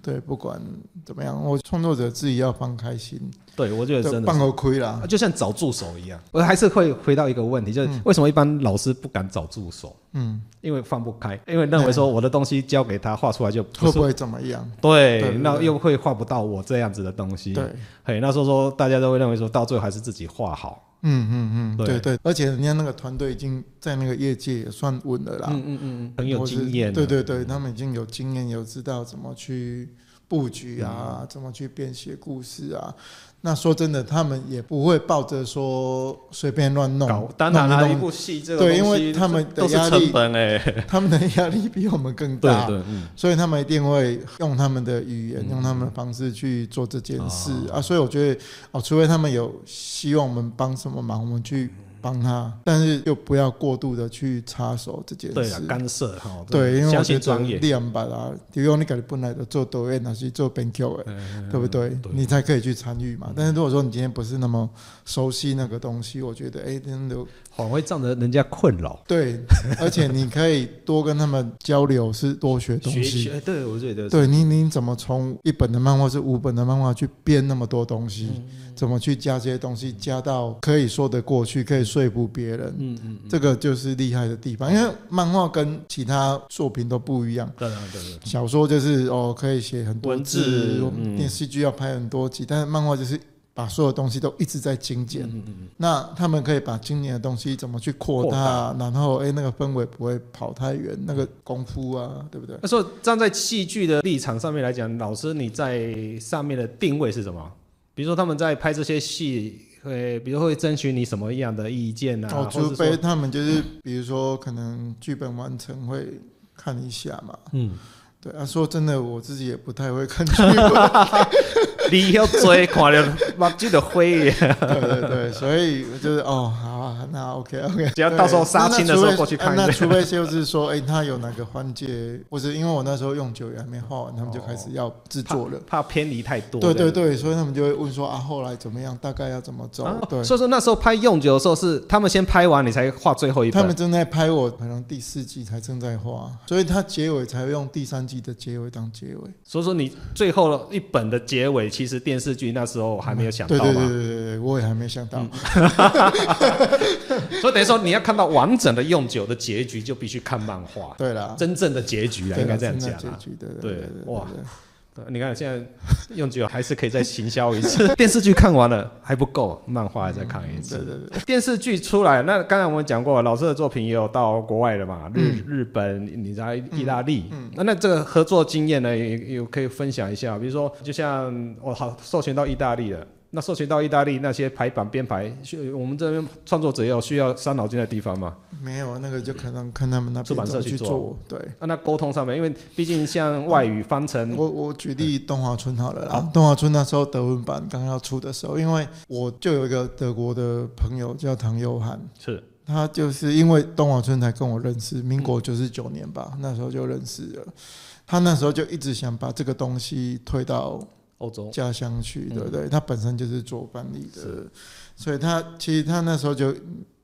C: 对，不管怎么样，我创作者自己要放开心，
A: 对我觉得
C: 就
A: 真的
C: 放
A: 是。
C: 个亏啦。
A: 啊就像找助手一样，我还是会回到一个问题，就是为什么一般老师不敢找助手？
C: 嗯，
A: 因为放不开，因为认为说我的东西交给他画出来就不
C: 会
A: 是
C: 不会怎么样？
A: 对，
C: 对对
A: 那
C: 对
A: 又会画不到我这样子的东西。
C: 对，
A: 嘿，那时候说大家都会认为说到最后还是自己画好。
C: 嗯嗯嗯，
A: 对
C: 对对，而且人家那个团队已经在那个业界也算稳了啦。
A: 嗯嗯嗯，很有
C: 或是
A: 经验。
C: 对，对对，他们已经有经验，有知道怎么去布局
A: 嗯
C: 啊，怎么去编写故事啊。那说真的，他们也不会抱着说随便乱弄
A: 搞，，当然
C: 弄
A: 啦，
C: 弄
A: 一部戏这个
C: 对
A: 东
C: 因为
A: 西
C: 他们的
A: 都是
C: 压力
A: 成本哎，
C: 他们的压力比我们更
A: 对
C: 大，
A: 对，嗯，
C: 所以他们一定会用他们的语言，用他们的方式去做这件事、啊。所以我觉得，哦，除非他们有希望我们帮什么忙，我们去帮他，但是又不要过度的去插手这件
A: 对啊
C: 事，。
A: 干涉哈，
C: 对，因为我
A: 相
C: 觉
A: 信
C: 得
A: 专业，
C: 你安排啦，比如说你家己本来就做导演，还是做编剧
A: 嗯
C: 的，对不对？你才可以去参与嘛。但是如果说你今天不是那么熟悉那个东西，我觉得哎，真的
A: 很哦会造成人家困扰。
C: 对，而且你可以多跟他们交流，是多学东
A: 学
C: 西。
A: 学，对我觉得
C: 对你，你怎么从一本的漫画是五本的漫画去编那么多东西？
A: 嗯
C: 怎么去加这些东西，加到可以说得过去，可以说服别人？
A: 嗯嗯，
C: 这个就是厉害的地方，因为漫画跟其他作品都不一样。
A: 对对对
C: 小说就是哦，可以写很多
A: 文字
C: 字，
A: 嗯
C: 电视剧要拍很多集，但是漫画就是把所有东西都一直在精
A: 嗯
C: 简。那他们可以把今年的东西怎么去扩大，然后哎、那个氛围不会跑太远，那个功夫啊，对不对？
A: 那时候站在戏剧的立场上面来讲，老师你在上面的定位是什么？比如说他们在拍这些戏，会比如会征询你什么样的意见啊？
C: 哦，
A: 或
C: 除
A: 是
C: 非
A: 说
C: 他们就是比如说可能剧本完成会看一下嘛。
A: 嗯，
C: 对啊，说真的，我自己也不太会看剧本，
A: 你要追，看了把记得灰，
C: 对对对，所以我就是哦，好啊，那 OK OK，
A: 只要到时候杀青的时候过去看一下
C: 那除非就是说，哎、他有哪个环节，或是因为我那时候用久也还没画完，他们就开始要制作了。
A: 怕偏离太多。
C: 对对
A: 这样
C: 对，所以他们就会问说啊，后来怎么样？大概要怎么走？
A: 啊
C: 对，
A: 所以说那时候拍用久的时候是他们先拍完，你才画最后一本。
C: 他们正在拍我，可能第四季才正在画，所以他结尾才会用第三季的结尾当结尾。
A: 所以说你最后一本的结尾，其实电视剧那时候还没有想到嗯
C: 对
A: 嘛，
C: 对对对对对，我也还没想到。
A: 所以等于说你要看到完整的用久的结局，就必须看漫画，
C: 对啦，
A: 真正的结局啊，
C: 对
A: 应该
C: 啦
A: 这样
C: 正在
A: 讲
C: 结
A: 啊。
C: 局的，
A: 对
C: 对对对
A: 哇
C: 对
A: 对你看现在用久还是可以再行销一 次，电视剧看完了还不够，漫画还再看一次。
C: 嗯对对对。
A: 电视剧出来，那刚才我们讲过，老师的作品也有到国外的嘛，日、
C: 嗯
A: 日本、你在意大利，那、那这个合作经验呢，也也可以分享一下，比如说，就像我、好授权到意大利了。那授权到意大利那些排版编排，需我们这边创作者也有需要伤脑筋的地方嘛？
C: 没有那个就可能看他们那边
A: 出版社
C: 怎么
A: 去
C: 去
A: 做
C: 做。对，
A: 啊，那沟通上面，因为毕竟像外语翻成，
C: 我我举例东华村好了啦，东华村那时候德文版刚要出的时候，因为我就有一个德国的朋友叫唐佑涵，
A: 是
C: 他就是因为东华村才跟我认识，民国九十九年吧，那时候就认识了。他那时候就一直想把这个东西推到
A: 欧洲，
C: 家乡去，
A: 嗯
C: 对不对？他本身哦就是做翻译的，所以他其实他那时候就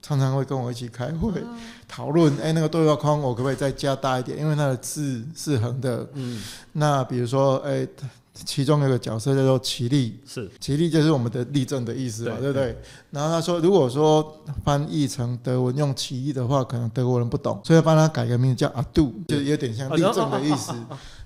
C: 常常会跟我一起开会讨论，哎，那个对话框我可不可以再加大一点？因为它的字是横的，
A: 嗯，
C: 那比如说，哎，其中有个角色叫做齐力，
A: 是
C: 齐力就是我们的立正的意思嘛，
A: 对
C: 对不对？然后他说，如果说翻译成德文用齐力的话，可能德国人不懂，所以帮他改个名字叫阿杜，就有点像
A: 哦
C: 立正的意思，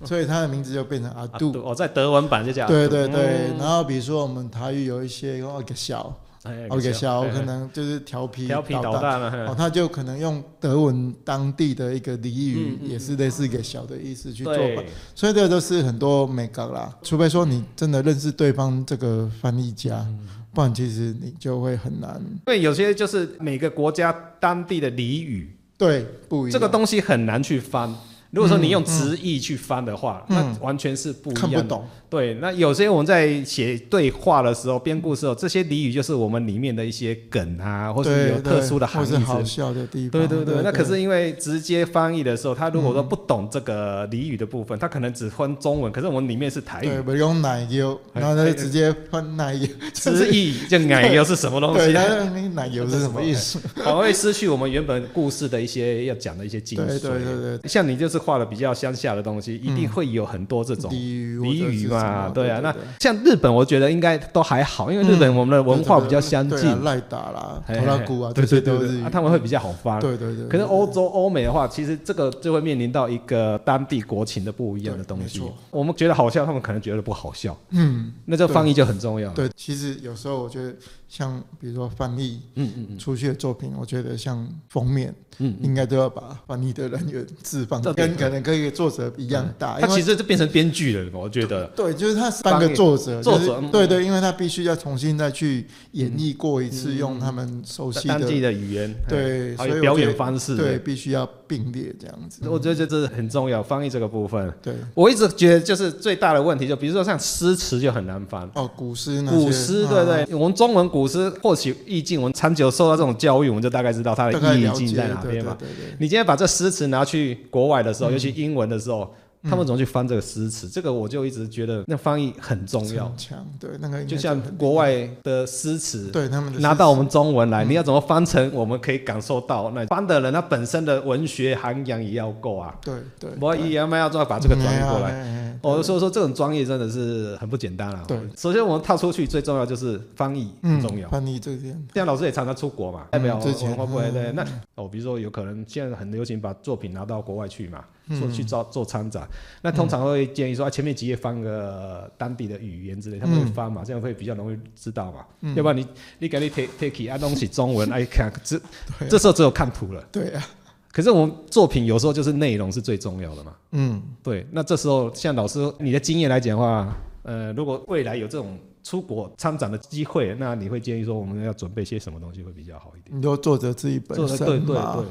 C: 所以他的名字就变成阿
A: 啊，
C: 杜
A: 对。哦，在德文版就叫
C: 对对对，
A: 嗯
C: 然后比如说我们台语有一些哦个小，
A: 哎
C: 哦个小，可能就是调皮
A: 啊调皮
C: 捣
A: 捣
C: 蛋，
A: 蛋啊哎了，
C: 哦，他就可能用德文当地的一个俚
A: 嗯
C: 语，
A: 嗯
C: 也是类似给小的意思去做吧
A: 对。，
C: 所以这个都是很多美感啦，除非说你真的认识对方这个翻译家，
A: 嗯
C: 不然其实你就会很难
A: 因为有些就是每个国家当地的俚语，
C: 对不一样。
A: 这个东西很难去翻。如果说你用直译去翻的话，
C: 嗯
A: 那完全是不
C: 看
A: 一
C: 不
A: 样的。
C: 懂，
A: 对，那有些我们在写对话的时候、编故事的时候，这些俚语就是我们里面的一些梗啊，或是
C: 对
A: 有特殊的
C: 对
A: 含义
C: 或
A: 之
C: 是好
A: 类。
C: 笑的地方。
A: 对对
C: 对嗯
A: 对，那可是因为直接翻译的时候，他如果说不懂这个俚语的部分，他可能只翻中文，可是我们里面是台语
C: 对，，不用奶油，
A: 哎
C: 然后他就直接翻 奶油，
A: 直译就奶油是什么东
C: 对，
A: 西啊
C: 他，就那个奶油是什么意思？
A: 反而会失去我们原本故事的一些要讲的一些精
C: 对
A: 髓。啊
C: 对对对，嗯
A: 像你就是画的比较乡下的东西，一定会有很多这种
C: 俚语或者
A: 俚语
C: 是什
A: 嘛，
C: 么
A: 对啊。
C: 对
A: 那
C: 对嗯
A: 像日本，我觉觉得应该都还好，因为日本我们的文化比较相
C: 对啊
A: 近，
C: 赖打啦、
A: 嘿
C: 头拉骨啊，
A: 嘿
C: 这
A: 对
C: 些
A: 对
C: 都
A: 对
C: 是
A: 对，啊他们会比较好发。
C: 对对对。
A: 可是哦欧洲、欧美的话，其实这个就会面临到一个当地国情的不一样的
C: 对
A: 东
C: 没
A: 西
C: 错。
A: 我们觉得好笑，他们可能觉得不好笑，
C: 嗯，
A: 那这个翻译就很重要。
C: 对，其实有时候我觉得像比如说翻译
A: 嗯嗯嗯
C: 出去的作品，我觉得像封面
A: 嗯嗯，
C: 应该都要把翻译的人员置放
A: 这对
C: 跟可能跟一个作者一样大，
A: 他
C: 啊因
A: 其
C: 为
A: 实就变成编剧了，我觉得。
C: 对，就是他三个作者，
A: 作者
C: 就是
A: 嗯
C: 对对，因为他必须要重新再去演绎过一次，
A: 嗯
C: 用他们熟悉
A: 当地
C: 的
A: 的语言，
C: 对，
A: 哎还
C: 所以
A: 有
C: 我
A: 表
C: 觉
A: 演
C: 得
A: 方式，哎
C: 对，必须要并列这样子，
A: 我觉得这是很重要，翻译这个部分。
C: 对。
A: 我一直觉得就是最大的问题，就比如说像诗词就很难翻。
C: 哦，古诗那些，
A: 古诗对不
C: 啊
A: 对？我们中文古诗或许意境，我们长久受到这种教育，我们就大概知道它
C: 大概
A: 的意
C: 了
A: 境
C: 解
A: 在哪
C: 对
A: 边
C: 对
A: 嘛。
C: 对对
A: 你今天把这诗词拿去国外的
C: 嗯
A: 时候，尤其英文的时候，他们怎么去翻这个诗词？这个我就一直觉得那翻译很重要
C: 逞。强，对嗯那个应该
A: 就像
C: 很厉
A: 国
C: 害
A: 外的诗词，
C: 对他们的嗯
A: 拿
C: 诗
A: 到我
C: 词
A: 们中文来，你要怎么翻成我们可以感受到？那翻的人他本身的文学涵养也要够啊。
C: 对对，
A: 我
C: 对嗯哎啊
A: 也要要再把这个转移过来。
C: 来
A: 我就说说这种专业真的是很不简单了、啊
C: 对，
A: 首先我们踏出去最重要就是翻译很重要。
C: 翻译嗯这边，
A: 现在老师也常常出国嘛，代表
C: 之前
A: 文化部
C: 嗯
A: 对。那哦，比如说有可能现在很流行把作品拿到国外去嘛，做
C: 嗯
A: 去做做参展。那通常会建议说，啊，前面几页翻个当地的语言之类，他们会翻
C: 嗯
A: 嘛，这样会比较容易知道嘛。要不然你你给你 take take 啊东西中文哎看，这
C: 对啊
A: 这时候只有看图了。
C: 对啊，
A: 可是我们作品有时候就是内容是最重要的嘛。
C: 嗯，
A: 对，那这时候像老师你的经验来讲的话，呃，如果未来有这种出国参展的机会，那你会建议说我们要准备些什么东西会比较好一点？
C: 你说作者自己本
A: 做
C: 身
A: 对对
C: 嘛
A: 对，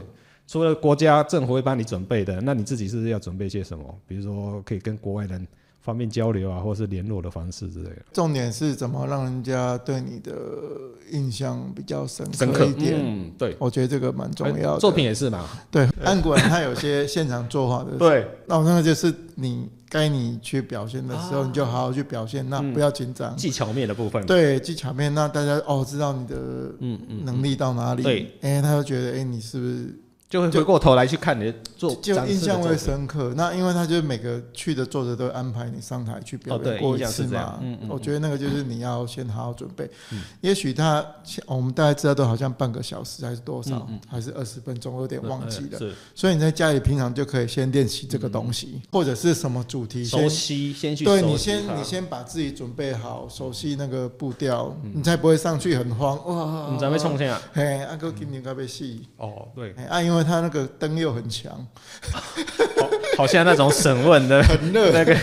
A: 除了国家政府会帮你准备的，那你自己是不是要准备些什么？比如说可以跟国外人方便交流啊，或是联络的方式之类的。
C: 重点是怎么让人家对你的印象比较深
A: 深
C: 刻
A: 刻
C: 一点。
A: 嗯，对，
C: 我觉得这个蛮重要的。
A: 作品也是嘛，
C: 对，安古然他有些现场作画的，
A: 对，
C: 那我那个就是你该你去表现的时候，你就好好去表现，那不要紧张。
A: 啊嗯技巧面的部分，
C: 对，技巧面，那大家哦知道你的
A: 嗯嗯，
C: 能力到哪里，
A: 对，
C: 哎，他就觉得哎你是不是
A: 就会回过头来去看你的作
C: 就就
A: 展
C: 印
A: 示的
C: 象
A: 作
C: 会
A: 品
C: 深刻。那因为他就是每个去的作者都会安排你上台去表
A: 哦对
C: 演过
A: 印
C: 一
A: 象是
C: 次
A: 这样
C: 嘛。
A: 嗯嗯
C: 我
A: 嗯
C: 觉得那个就是你要先好好准备。也许他我们大概知道都好像半个小时还是多少，还是二十分钟，我有点忘记
A: 嗯
C: 了。
A: 呃是嗯
C: 所以你在家里平常就可以先练习这个东西，或者是什么主题
A: 熟
C: 先。
A: 悉，先去
C: 对
A: 熟
C: 你
A: 悉
C: 先
A: 它
C: 你先把自己准备好，熟悉那个步调，
A: 嗯
C: 你才不会上去很慌哇。
A: 你才会冲。下。
C: 嘿，阿哥今年该被戏，
A: 哦，对，
C: 嘿啊，因为他那个灯又很强，
A: 好像那种审问的
C: 很热，
A: 那个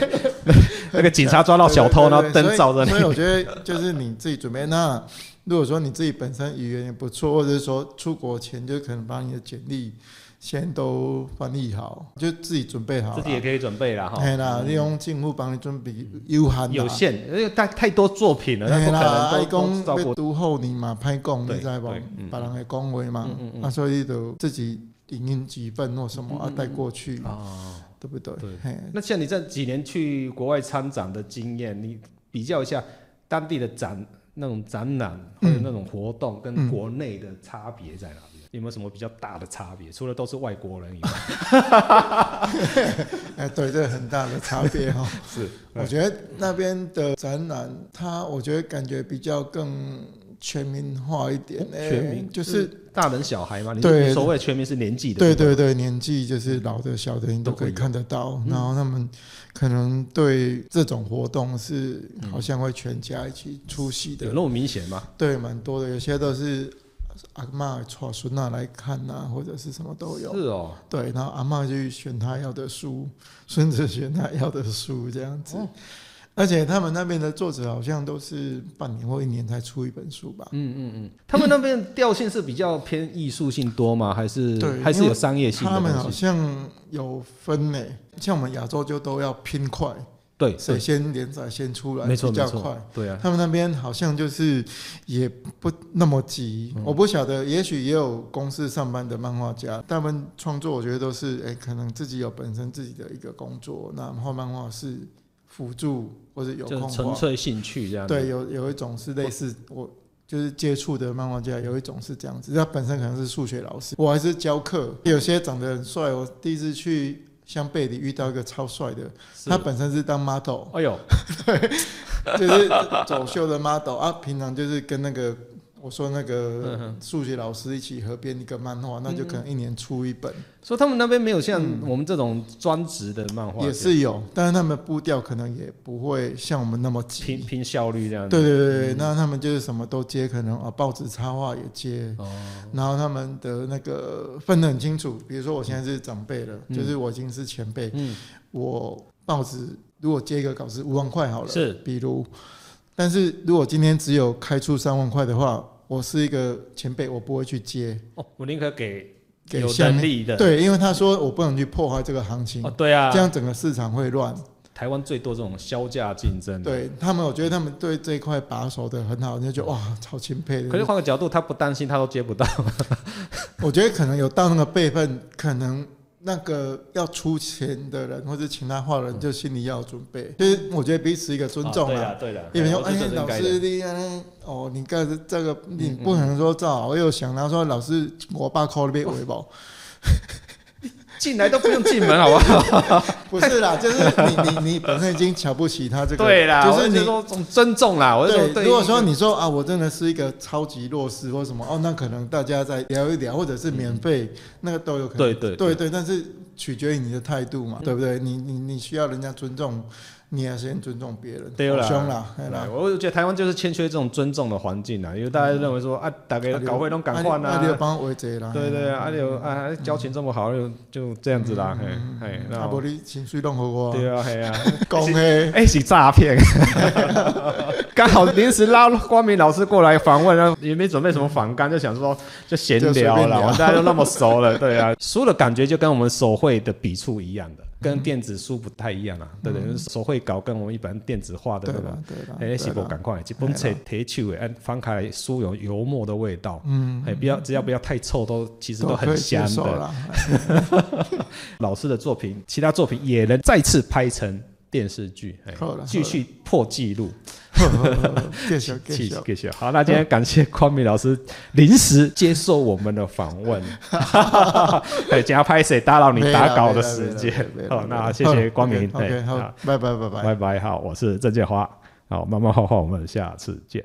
A: 那个警察抓到小偷，然后
C: 对对对
A: 灯照着
C: 所以所以我
A: 你。
C: 觉得就是你自己准备。那如果说你自己本身语言也不错，或者是说出国前就可能把你的简历先都翻译好，就自己准备好
A: 自
C: 啦。
A: 己也可以准备了哈，
C: 嘿啦，利用进步帮你准备有限
A: 有
C: 啦。
A: 限，因为太太多作品了，那
C: 嘿
A: 不
C: 啦，
A: 可
C: 爱
A: 能都都照
C: 讲要
A: 顾。
C: 读后你嘛，歹讲
A: 对
C: 你知无？
A: 对嗯
C: 别人会讲话嘛，啊，所以就自己影音几份或什么啊带过去，
A: 哦，
C: 对不对
A: 嗯对？
C: 嘿，
A: 那像你这几年去国外参展的经验，你比较一下当地的展那种展览或者那种活动跟国内的差别在哪
C: 嗯
A: 边？有没有什么比较大的差别？除了都是外国人 以外，
C: 哎，对，这很大的差别哦哈。
A: 是
C: 我觉得那边的展览，它我觉得感觉比较更全民化一点、欸，
A: 哦全民
C: 就是、
A: 大人小孩嘛，你
C: 对
A: 你所谓的全民是年纪的，
C: 对对对，年纪就是老的小的你都可以看得到，然后他们可能对这种活动是好像会全家一起出席的，
A: 有那么明显吗？
C: 对，蛮多的，有些都是。阿嬷带孙啊来看呐、或者是什么都有。
A: 是哦，
C: 对，然后阿嬷就选她要的书，孙子选他要的书这样
A: 哦
C: 子。而且他们那边的作者好像都是半年或一年才出一本书吧？
A: 嗯嗯嗯，他们那边调性是比较偏艺术性多吗？还是
C: 对
A: 还是有商业性
C: 他
A: 的
C: 们好
A: 东西？
C: 像有分呢，像我们亚洲就都要拼快，
A: 对，
C: 谁先连载先出来
A: 没错
C: 比
A: 没
C: 较快
A: 错。，对啊，
C: 他们那边好像就是也不那么急，
A: 嗯
C: 我不晓得，也许也有公司上班的漫画家，他们创作我觉得都是，哎、可能自己有本身自己的一个工作，那画漫画是辅助或者有
A: 就
C: 空
A: 是纯
C: 画，
A: 粹兴趣这样。
C: 对，，有有一种是类似我就是接触的漫画家，有一种是这样子，他本身可能是数学老师，我还是教课，有些长得很帅，我第一次去湘贝里遇到一个超帅的，
A: 是
C: 他本身是当 model。
A: 哎呦，
C: 就是走秀的 model 啊，平常就是跟那个我说那个数学老师一起合编一个漫画，那就可能一年出一本，
A: 所以他们那边没有像我们这种专职的漫画
C: 嗯也
A: 家
C: 是有，但是他们步调可能也不会像我们那么急。
A: 拼拼效率这样子。
C: 对对对对，那他们就是什么都接，可能啊报纸插画也接，然后他们的那个分得很清楚。比如说我现在是长辈了，就是我已经是前辈，
A: 嗯
C: 我报纸如果接一个稿是五万块好了，
A: 是
C: 比如，但是如果今天只有开出三万块的话，我是一个前辈，我不会去接
A: 哦，我宁可给
C: 给
A: 有
C: 下
A: 能
C: 面。
A: 力的。
C: 对，因为他说我不能去破坏这个行情，
A: 哦，对啊
C: 这，样整个市场会乱。
A: 台湾最多这种销价竞争。。
C: 对他们，我觉得他们对这一块把守的很好，你就觉得哇，超钦佩的。
A: 嗯可是换个角度，他不担心，他都接不到。
C: 我觉得可能有到那个辈分，可能那个要出钱的人或者请他画的人，就心里要有准备。就是我觉得彼此一个尊重啦。
A: 啊，嗯对了，对
C: 因为
A: 了，
C: 说，
A: 我
C: 哎
A: 觉得这，是应
C: 老
A: 该的。
C: 师
A: 嗯
C: 你安哦，你干这这个，你不可能说正好我又想，然后说老师我爸 call 被围 包，
A: 进来都不用进 门，好不好？
C: 不是啦，就是你你你本身已经瞧不起他这个，
A: 对啦，
C: 就
A: 我
C: 是你
A: 说尊重啦，我是说
C: 对，如果说你说啊，我真的是一个超级弱势或什么哦，那可能大家再聊一聊，或者是免费，那个都有可
A: 嗯
C: 能。
A: 对对
C: 对对，但是取决于你的态度嘛，对不对？你你你需要人家尊重，你也先尊重别人。
A: 对啦
C: 凶啦，嘿哎啦
A: 对，我就觉得台湾就是欠缺这种尊重的环境啊，因为大家认为说啊，大家搞会弄赶快
C: 啊嗯你就
A: 啊，
C: 帮我围贼啦。
A: 对对
C: 嘿
A: 啊，啊有啊交情这么好，就就这样子啦，嘿，嘿，
C: 啊，
A: 那
C: 不你情绪弄给我，
A: 对啊，嘿啊，
C: 讲嘿，
A: 哎是诈 骗，刚好临时拉光明老师过来访问，然后也没准备什么访纲，就想说就闲
C: 就随便
A: 聊了，
C: 聊
A: 大家都那么熟了，对 啊，书的感觉就跟我们手绘的笔触一样的，跟
C: 嗯
A: 电子书不太一样啊，对不对？手绘稿跟我们一般电子画的
C: 对
A: 那种
C: 啦对啦，
A: 哎、
C: 对啊
A: 是不
C: 啦
A: 赶快，这本册提手的，按翻开来书有油墨的味道，
C: 嗯，
A: 哎、不要只要不要太臭，都其实都
C: 可
A: 很
C: 以接
A: 香
C: 受
A: 的。
C: 啦。
A: 老师的作品，其他作品也能再次拍成电视剧，哎、
C: 好了
A: 继续破纪录，
C: 呵呵呵呵介绍介
A: 继续
C: 绍，
A: 继续。好，那今天感谢匡明老师临时接受我们的访 问，对，加拍谁打扰你
C: 没啦
A: 打稿的
C: 没啦没
A: 时
C: 啦
A: 间
C: 没啦。
A: 好，
C: 没啦
A: 那谢谢光明，
C: OK，
A: 对，
C: 好
A: 好，
C: 拜拜拜拜
A: 拜。拜，好，我是郑建华，好，慢慢画画，我们下次见。